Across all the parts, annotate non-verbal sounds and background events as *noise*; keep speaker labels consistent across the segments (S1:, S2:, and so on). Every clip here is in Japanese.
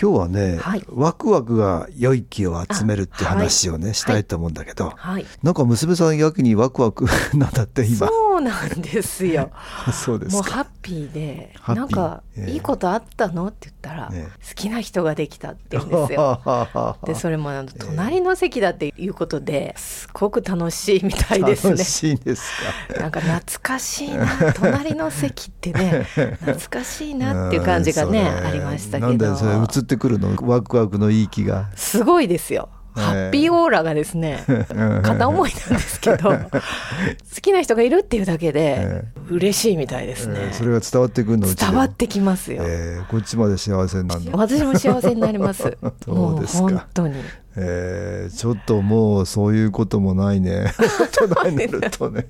S1: 今日はね、
S2: はい
S1: ワクワクが良い気を集めるっていう
S2: あはい
S1: 話をね、したいと思うんだけど、
S2: はい。
S1: なんか娘さん逆にワクワ *laughs* クなんだって今
S2: そうなんですよ。
S1: そうで
S2: もう
S1: すか
S2: ハッピーで、
S1: ハッピー
S2: なんか、
S1: ええ
S2: いいことあったのって言ったら、
S1: え
S2: 好きな人ができたって言うんです
S1: *laughs*
S2: よ。で、それもあの隣の席だっていうことで、すごく楽しいみたいですね
S1: 楽。しいです
S2: なんか懐かし
S1: *laughs*
S2: いな、隣の席ってね、懐かしい
S1: か
S2: なっていう感じがね、
S1: *laughs* うんそれ
S2: ありましたけ
S1: なんだよ
S2: ど。
S1: それ映ってくるのワクワクのいい気が
S2: すごいですよ。
S1: ええ
S2: ハッピーオーラがですね。片思いなんです
S1: *laughs*
S2: けど好きな人がいるっていうだけで
S1: え
S2: 嬉しいみたいですね、
S1: えーそれが伝わってくるのうちで
S2: 伝わってきますよ、
S1: えーこっちまで幸せになるの、
S2: 私も幸せになります
S1: *laughs* そう
S2: もう
S1: ですか
S2: 本当に
S1: えーちょっともうそういうこともない
S2: *laughs*
S1: ね *laughs* 大人になるとね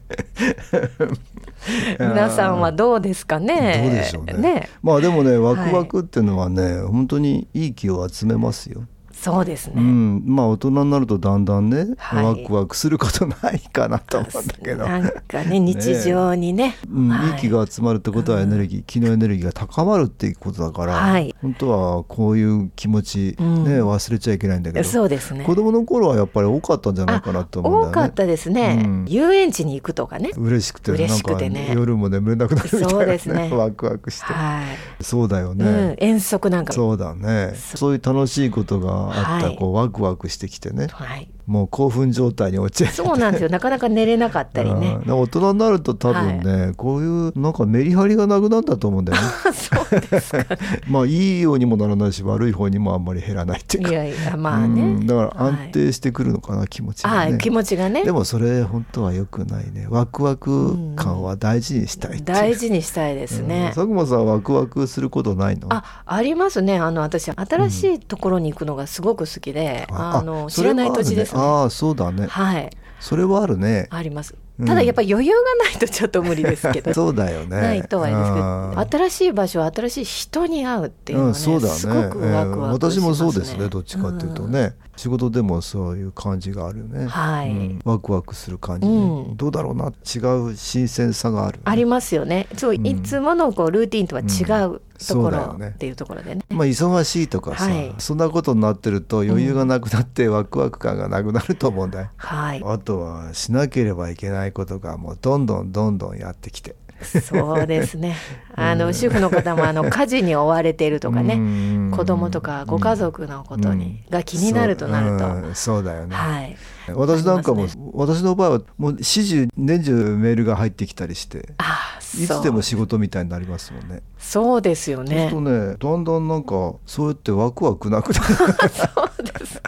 S2: 皆さんはどうですかね
S1: どうでしょうねまあでもねワクワクっていうのはね、本当にいい気を集めますよ、
S2: そうです
S1: う
S2: ね、
S1: ん、まあ大人になるとだんだんね、
S2: はい
S1: ワクワクすることないかなと思うんだけど、
S2: なんかね日常にね
S1: うん
S2: は
S1: い、
S2: い
S1: い気が集まるってことはエネルギー、気のエネルギーが高まるっていうことだから、
S2: はい
S1: 本当はこういう気持ち、ね
S2: ん
S1: 忘れちゃいけないんだけど、
S2: そうですね
S1: 子供の頃はやっぱり多かったんじゃない
S2: あ
S1: かなと思うん
S2: 多
S1: だ
S2: か
S1: よね。
S2: ったですね、
S1: うん
S2: 遊園地に行くとかね
S1: 嬉しくて
S2: 嬉しくてね
S1: なんか夜も眠れなくなるみたい
S2: そう
S1: な、ね
S2: ですね
S1: *laughs* ワクワクして、
S2: はい、
S1: そうだよね、
S2: うん、遠足なんかも
S1: そうだね
S2: そ
S1: そういう楽しいことがあった、
S2: はい
S1: こうワクワクしてきてね
S2: はい、
S1: もう興奮状態に陥っ
S2: そうなんですよなかなか寝れなかったりね
S1: うんでも大人になると多分ね、こういうなんかメリハリがなくなったと思うんだよ
S2: *laughs*
S1: ね
S2: そうですか。
S1: まあいいようにもならないし悪い方にもあんまり減らないっていう
S2: い
S1: か
S2: やいや、まあ
S1: うん
S2: ね。
S1: だから安定してくるのかな、気持ちが
S2: あ
S1: ね
S2: あ、気持ちがね
S1: で。もそれ本当は良くないねワクワク感は大事にしたいっていう
S2: 大事にしたいです
S1: うん
S2: ね。
S1: 佐久間さんはワクワクすることないの
S2: あ、ありますね。あの、私、新しいところに行くのがすごく好きで、あの、知らない土地です
S1: ね、
S2: ね。
S1: ああそうだね
S2: はい、
S1: それはあるね
S2: あります
S1: うん。
S2: ただ、やっぱり余裕がないと、ちょっと無理ですけど。
S1: *laughs* そうだよね
S2: ないとはあれ
S1: あ
S2: ですけど、新しい場所、新しい人に会うっていう
S1: う
S2: のは
S1: ん、
S2: ね、
S1: そうだね。
S2: すごくワクワクしま
S1: え
S2: すね。
S1: え私もそうですね。どっちかっていうとね、仕事でもそういう感じがあるよね。
S2: うん。はい。
S1: うんワクワクする感じね、
S2: うん
S1: どうだろうな、違う新鮮さがある、
S2: ありますよね。そう、
S1: うん
S2: いつものこうルーティンとは違うと
S1: そう
S2: こ
S1: だよ
S2: ろ
S1: ね
S2: っていうところでね。
S1: まあ忙しいとかさ、
S2: はい
S1: そんなことになってると余裕がなくなってワクワク感がなくなると思うんだよ。
S2: はい。
S1: あとはしなければいけないことがもうどんどんどんどんやってきて。
S2: そうで
S1: *laughs*
S2: すね。あの主婦の方もあの家事に追われているとかね、
S1: ね
S2: 子供とかご家族のことに、が気になるとなると、
S1: と。そうだよね。
S2: はい。
S1: 私なんかも、
S2: あります
S1: 私の場合はもう始終年中メールが入ってきたりして
S2: ああ、
S1: い
S2: そう。
S1: つでも仕事みたいになりますもんね。
S2: そうですよ
S1: そうする
S2: ね
S1: と。ねだんだんなんかそうやってワクワクなくな
S2: そうです。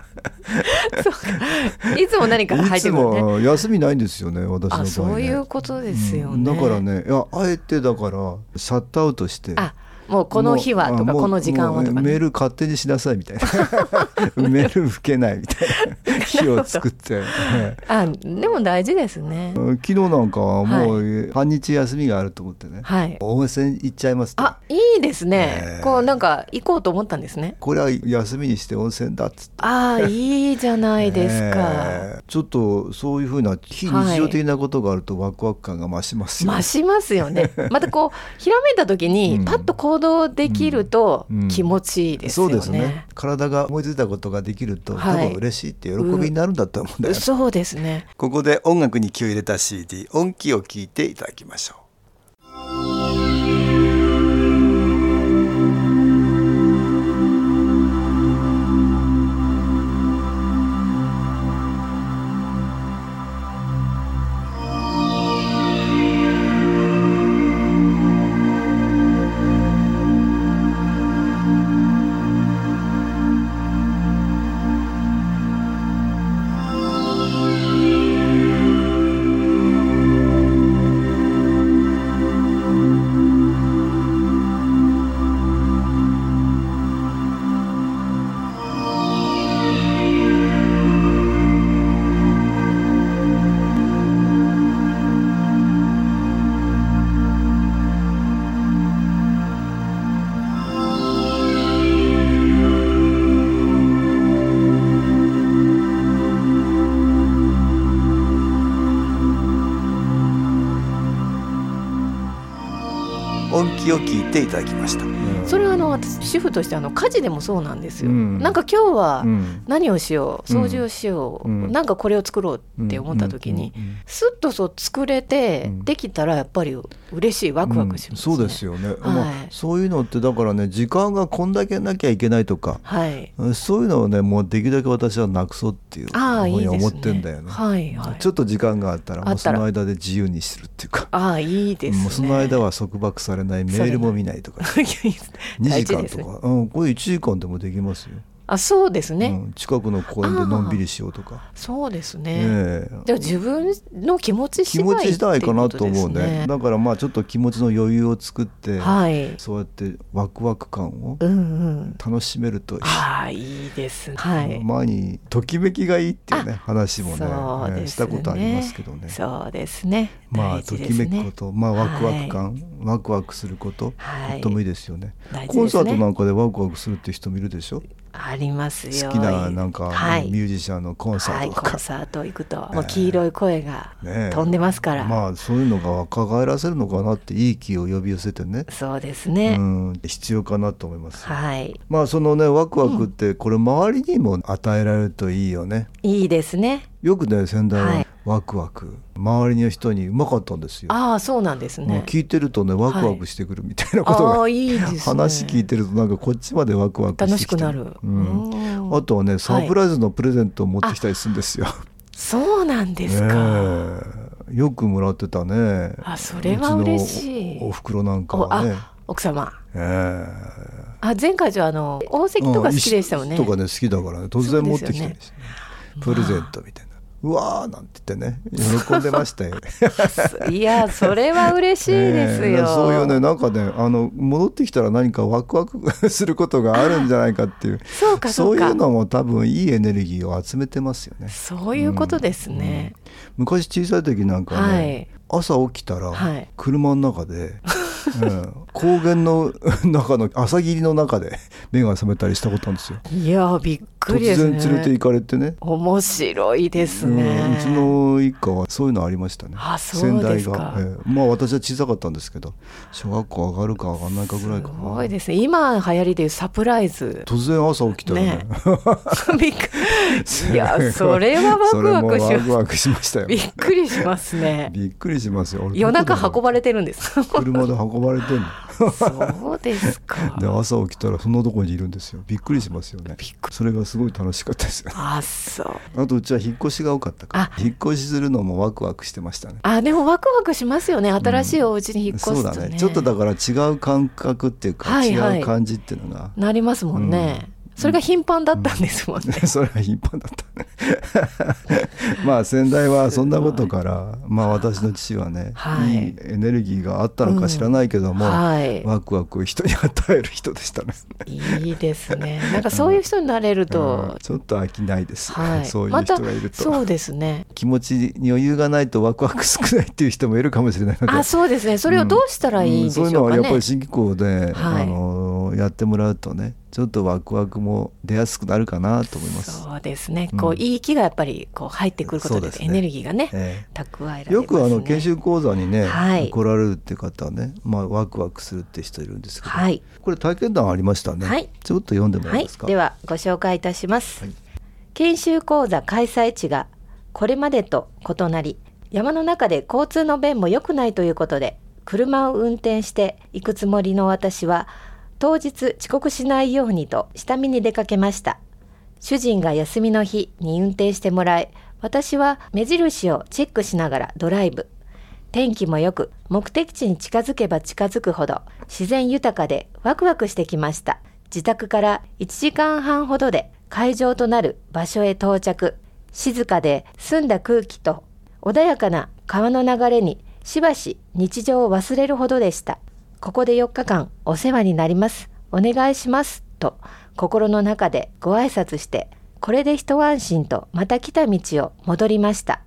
S2: そうか。いつも何か
S1: る
S2: 入
S1: い
S2: って
S1: つ
S2: くるね。
S1: も休みないんですよね私の場合、
S2: あ、
S1: ね、
S2: そういうことですよ
S1: うん
S2: ね。
S1: だから。ねいやあえてだからシャットアウトして。
S2: あ、もうこの日は
S1: もう
S2: とか
S1: あもう
S2: この時間はと
S1: も
S2: か
S1: うメー
S2: ね。
S1: ル勝手にしなさいみたい
S2: *laughs*
S1: なメール受けないみたいな日を作って、はい
S2: あ、でも大事ですね。
S1: うん昨日なんかはもう半日休みがあると思ってね、
S2: はい。
S1: 温泉行っちゃいますと
S2: あ、いいです
S1: え
S2: ね
S1: え。
S2: こうなんか行こうと思ったんですね。
S1: これは休みにして温泉だっつって。
S2: あ
S1: *laughs*
S2: あ、いいじゃないですか。
S1: ええちょっとそういうふうな非日常的なことがあるとワクワク感が増しますよ、
S2: 増しますよ
S1: *laughs*
S2: ね。またこう、ひらめいた時
S1: うん
S2: に、パッと行動できると
S1: うん、
S2: 気持ちいいです
S1: そ
S2: よ
S1: うですね
S2: ね。
S1: 体が思いついたことができると、
S2: はい
S1: 多分嬉しいって喜びになるんだと思うんだよね、
S2: そうですね。
S1: ここで音楽に気を入れた CD 音気を聞いていただきましょう
S2: 「
S3: 本気を聞いていただきました。
S2: それはあの私主婦としてあの家事でもそうなんですよ、
S3: うん
S2: なんか今日は
S3: うん
S2: 何をしよう掃除をしよう、
S3: うん
S2: なんかこれを作ろうって思った時に、すっとそう作れて
S3: うん
S2: できたらやっぱり嬉しいワクワクしますね、
S1: うんそうですよね、
S2: はい
S1: まあそういうのってだからね時間がこんだけなきゃいけないとか
S2: はい
S1: そういうのをねもうできるだけ私はなくそうっていうふ
S2: ああ
S1: う
S2: いい
S1: に
S2: ですね
S1: 思ってんだよね
S2: はいはい
S1: ちょっと時間があったらも
S2: あ
S1: う
S2: った
S1: そ
S2: ら
S1: の間で自由にするっていうか
S2: ああいいですね
S1: もうその
S2: *laughs*
S1: 間は束縛されないメールも見ないとか
S2: いいです
S1: 2
S2: 大
S1: 時
S2: 事
S1: 間
S2: で
S1: と
S2: す
S1: か、
S2: ね
S1: うん、これ1時間でもできますよ、
S2: あそうですね、
S1: うん、近くの公園でのんびりしようとか、
S2: そうですね、
S1: ええ
S2: でも自分の気持ち
S1: 気
S2: 次第
S1: 持ち次第かな
S2: って
S1: と
S2: い
S1: 思
S2: こ
S1: う
S2: です
S1: ねだからまあちょっと気持ちの余裕を作って、
S2: はい
S1: そうやってワクワク感を
S2: うんうん
S1: 楽しめるといい、
S2: ああいいですねはい
S1: 前にときめきがいいっていうね話もね
S2: そう
S1: えー
S2: ですね
S1: したことありますけどね
S2: そうですね
S1: まあ
S2: 大
S1: と
S2: 事で
S1: き
S2: す
S1: め
S2: ね
S1: くこと、まあワクワク感、ワクワクすること、
S2: はい
S1: とってもいいですよね
S2: 大事
S1: コン
S2: です
S1: サ
S2: ね
S1: ートなんかでワクワクするって人もいるでしょ
S2: ありますよ
S1: 好きななんか、
S2: はい
S1: ミュージシャンのコンサ
S2: は
S1: ー
S2: い
S1: トとか、
S2: コンサート行くと、もう黄色い声が
S1: ねえ
S2: 飛んでますから、
S1: まあそういうのが若返らせるのかなっていい気を呼び寄せてね
S2: そうですね、
S1: うん必要かなと思いますよ、
S2: はい
S1: まあそのねワクワクってこれ周りにも与えられるといいよね
S2: いいですね
S1: よくね先代
S2: は
S1: はいワクワク周りの人にうまかったんですよ、
S2: ああそうなんです
S1: もう
S2: ね
S1: 聞いてるとねワクワクしてくるみたいなことが、
S2: ああいいですね
S1: 話聞いてるとなんかこっちまでワクワクして
S2: 楽
S1: き
S2: してくなる、
S1: うん
S2: うん
S1: あとはねサプライズのプレゼントを持ってきたりするんですよ、
S2: そうなんですか、
S1: ええよくもらってたね
S2: あそれは嬉しいう
S1: ちのおお袋なんか
S2: お
S1: はね
S2: あ奥様
S1: ええ
S2: あ前回じゃあの宝石とか好きでしたもんね
S1: 石とかね好きだからね突然持ってきたりして、プレゼントみたいな、うわーなんて言ってね喜んでましたよ
S2: *laughs* いやそれは嬉しいです
S1: え
S2: よ、
S1: えそういうねなんかねあの戻ってきたら何かワクワクすることがあるんじゃないかっていう
S2: そうかそうか
S1: いうのも多分いいエネルギーを集めてますよね
S2: そういうことですね、
S1: 昔小さい時なんかね、
S2: はい
S1: 朝起きたら
S2: はい
S1: 車の中で、うん高原の *laughs* 中の朝霧の中で目が覚めたりしたことあるんですよ。
S2: いやーびっく
S1: 突
S2: りで
S1: 然
S2: すね
S1: 連れて行かれてね。
S2: 面白いですね、
S1: うんうちの一家はそういうのありましたね。
S2: あそうです
S1: 先
S2: か
S1: 代が、ええまあ私は小さかったんですけど、小学校上がるか上がらないかぐらい
S2: す
S1: か
S2: ごい
S1: な。
S2: ですね今流行りでいうサプライズ
S1: 突然朝起きたらね
S2: ね。 *laughs* びっくりいやそれはワクワク
S1: *laughs* そ
S2: し
S1: れ
S2: ま
S1: も
S2: す
S1: ワクワクしましたよ。
S2: びっくりしますね
S1: びっくりしますよ。俺
S2: 夜中運ばれてるんです
S1: 車で運ばれてんの。
S2: そうですか
S1: で朝起きたらそんなとこにいるんですよびっくりしますよねそれがすごい楽しかったです
S2: *laughs*
S1: よ
S2: あそう
S1: あとうちは引っ越しが多かったから
S2: あ
S1: 引っ越しするのもワクワクしてましたね
S2: あでもワクワクしますよね新しいお家に引っ越
S1: そう
S2: すと
S1: だ
S2: ね,、
S1: ねちょっとだから違う感覚っていうか、
S2: はいはい
S1: 違う感じっていうのが *laughs*
S2: なりますもんね、それが頻繁だったんですもんね、
S1: それは頻繁だったね *laughs* まあ先代はそんなことからまあ私の父はね、
S2: はい
S1: いエネルギーがあったのか知らないけども、
S2: はい
S1: ワクワクを人に与える人でしたね
S2: いいですねなんかそういう人になれる
S1: う
S2: と
S1: ん、ちょっと飽きないです、
S2: はい
S1: そういう
S2: また
S1: 人がいると、
S2: そうですね
S1: 気持ちに余裕がないとワクワク少ないっていう人もいるかもしれないので
S2: あそうですねそれをどうしたらいいんでしょうかね、
S1: んそういうのはやっぱり新機構で、
S2: はい
S1: あのやってもらうとねちょっとワクワクも出やすくなるかなと思います。
S2: そうですね。こう、
S1: うん
S2: いい気がやっぱりこう入ってくること
S1: そう
S2: で
S1: ですね
S2: エネルギーがね、
S1: ええ
S2: 蓄えられますね。
S1: よくあの研修講座にね、
S2: はい
S1: 来られるっていう方はね、まあ、ワクワクするって人いるんですけど、
S2: はい
S1: これ体験談ありましたね、
S2: はい
S1: ちょっと読んでもら
S2: は
S1: え
S2: い
S1: ますか、
S2: ではご紹介いたします、
S1: はい
S2: 研修講座開催地がこれまでと異なり山の中で交通の便も良くないということで車を運転して行くつもりの私は当日遅刻しないようにと下見に出かけました主人が休みの日に運転してもらい私は目印をチェックしながらドライブ天気も良く目的地に近づけば近づくほど自然豊かでワクワクしてきました自宅から1時間半ほどで会場となる場所へ到着静かで澄んだ空気と穏やかな川の流れにしばし日常を忘れるほどでしたここで4日間お世話になりますお願いしますと心の中でご挨拶してこれで一安心とまた来た道を戻りました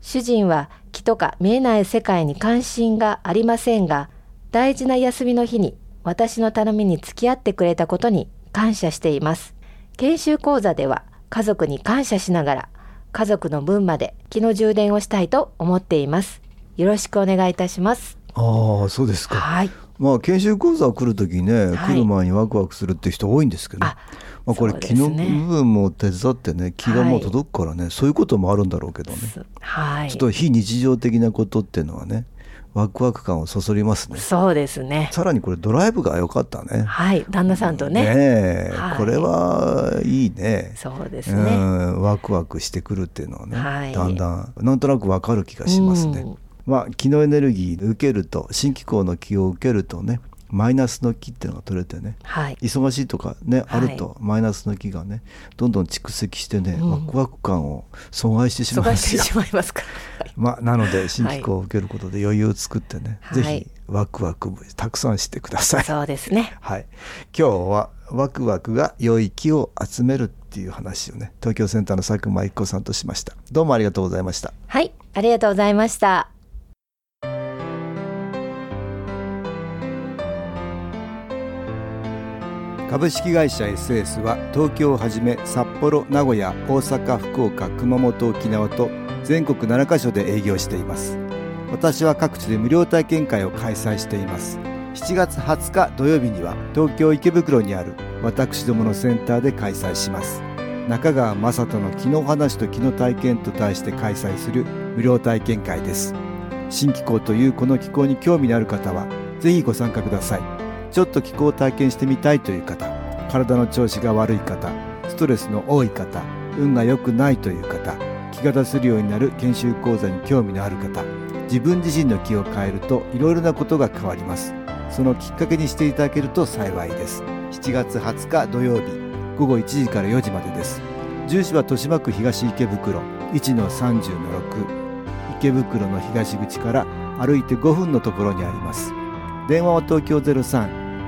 S2: 主人は木とか見えない世界に関心がありませんが大事な休みの日に私の頼みに付き合ってくれたことに感謝しています研修講座では家族に感謝しながら家族の分まで気の充電をしたいと思っていますよろしくお願いいたします
S1: ああそうですか
S2: はい
S4: まあ研修講座来る時にね、
S2: はい
S4: 来る前にワクワクするって人多いんですけど、
S2: あ
S4: まあ、これ、
S2: そうです
S4: 気
S2: ね
S4: の部分も手伝ってね気がもう届くからね、そういうこともあるんだろうけどね
S2: すはい
S4: ちょっと非日常的なことっていうのはねワクワク感をそそりますね
S2: そうですね
S4: さらにこれドライブが良かったね
S2: はい旦那さんとね
S4: ねえ
S2: はい
S4: これはいいね
S2: そうです
S4: う
S2: ね
S4: んワクワクしてくるっていうのはね、
S2: はい
S4: だんだんなんとなくわかる気がしますね、
S2: うん
S4: まあ気のエネルギー受けると新機構の気を受けるとねマイナスの気っていうのが取れてね
S2: はい
S4: 忙しいとかね、
S2: はい
S4: あるとマイナスの気がねどんどん蓄積してね、
S2: うん
S4: ワクワク感を阻害してしまうん
S2: 忙
S4: で
S2: し
S4: す
S2: て
S4: よ。
S2: しまいますから
S4: *laughs* まあ、なので新機構を受けることで余裕を作ってね、
S2: はい
S4: ぜひワクワクもたくさんしてください。
S2: そうですね
S4: はい、今日はワクワクが良い気を集めるっていう話をね東京センターの佐久間一子さんとしましたどうもありがとうございました
S2: はいありがとうございました
S1: 株式会社 SS は東京をはじめ札幌名古屋大阪福岡熊本沖縄と全国7カ所で営業しています私は各地で無料体験会を開催しています7月20日土曜日には東京池袋にある私どものセンターで開催します中川雅人の気の話と気の体験と題して開催する無料体験会です新機構というこの機構に興味のある方はぜひご参加くださいちょっと気候を体験してみたいという方体の調子が悪い方ストレスの多い方運が良くないという方気が出せるようになる研修講座に興味のある方自分自身の気を変えるといろいろなことが変わりますそのきっかけにしていただけると幸いです7月20日土曜日午後1時から4時までです住所は豊島区東池袋1-30-6池袋の東口から歩いて5分のところにあります電話は東京ゼロ三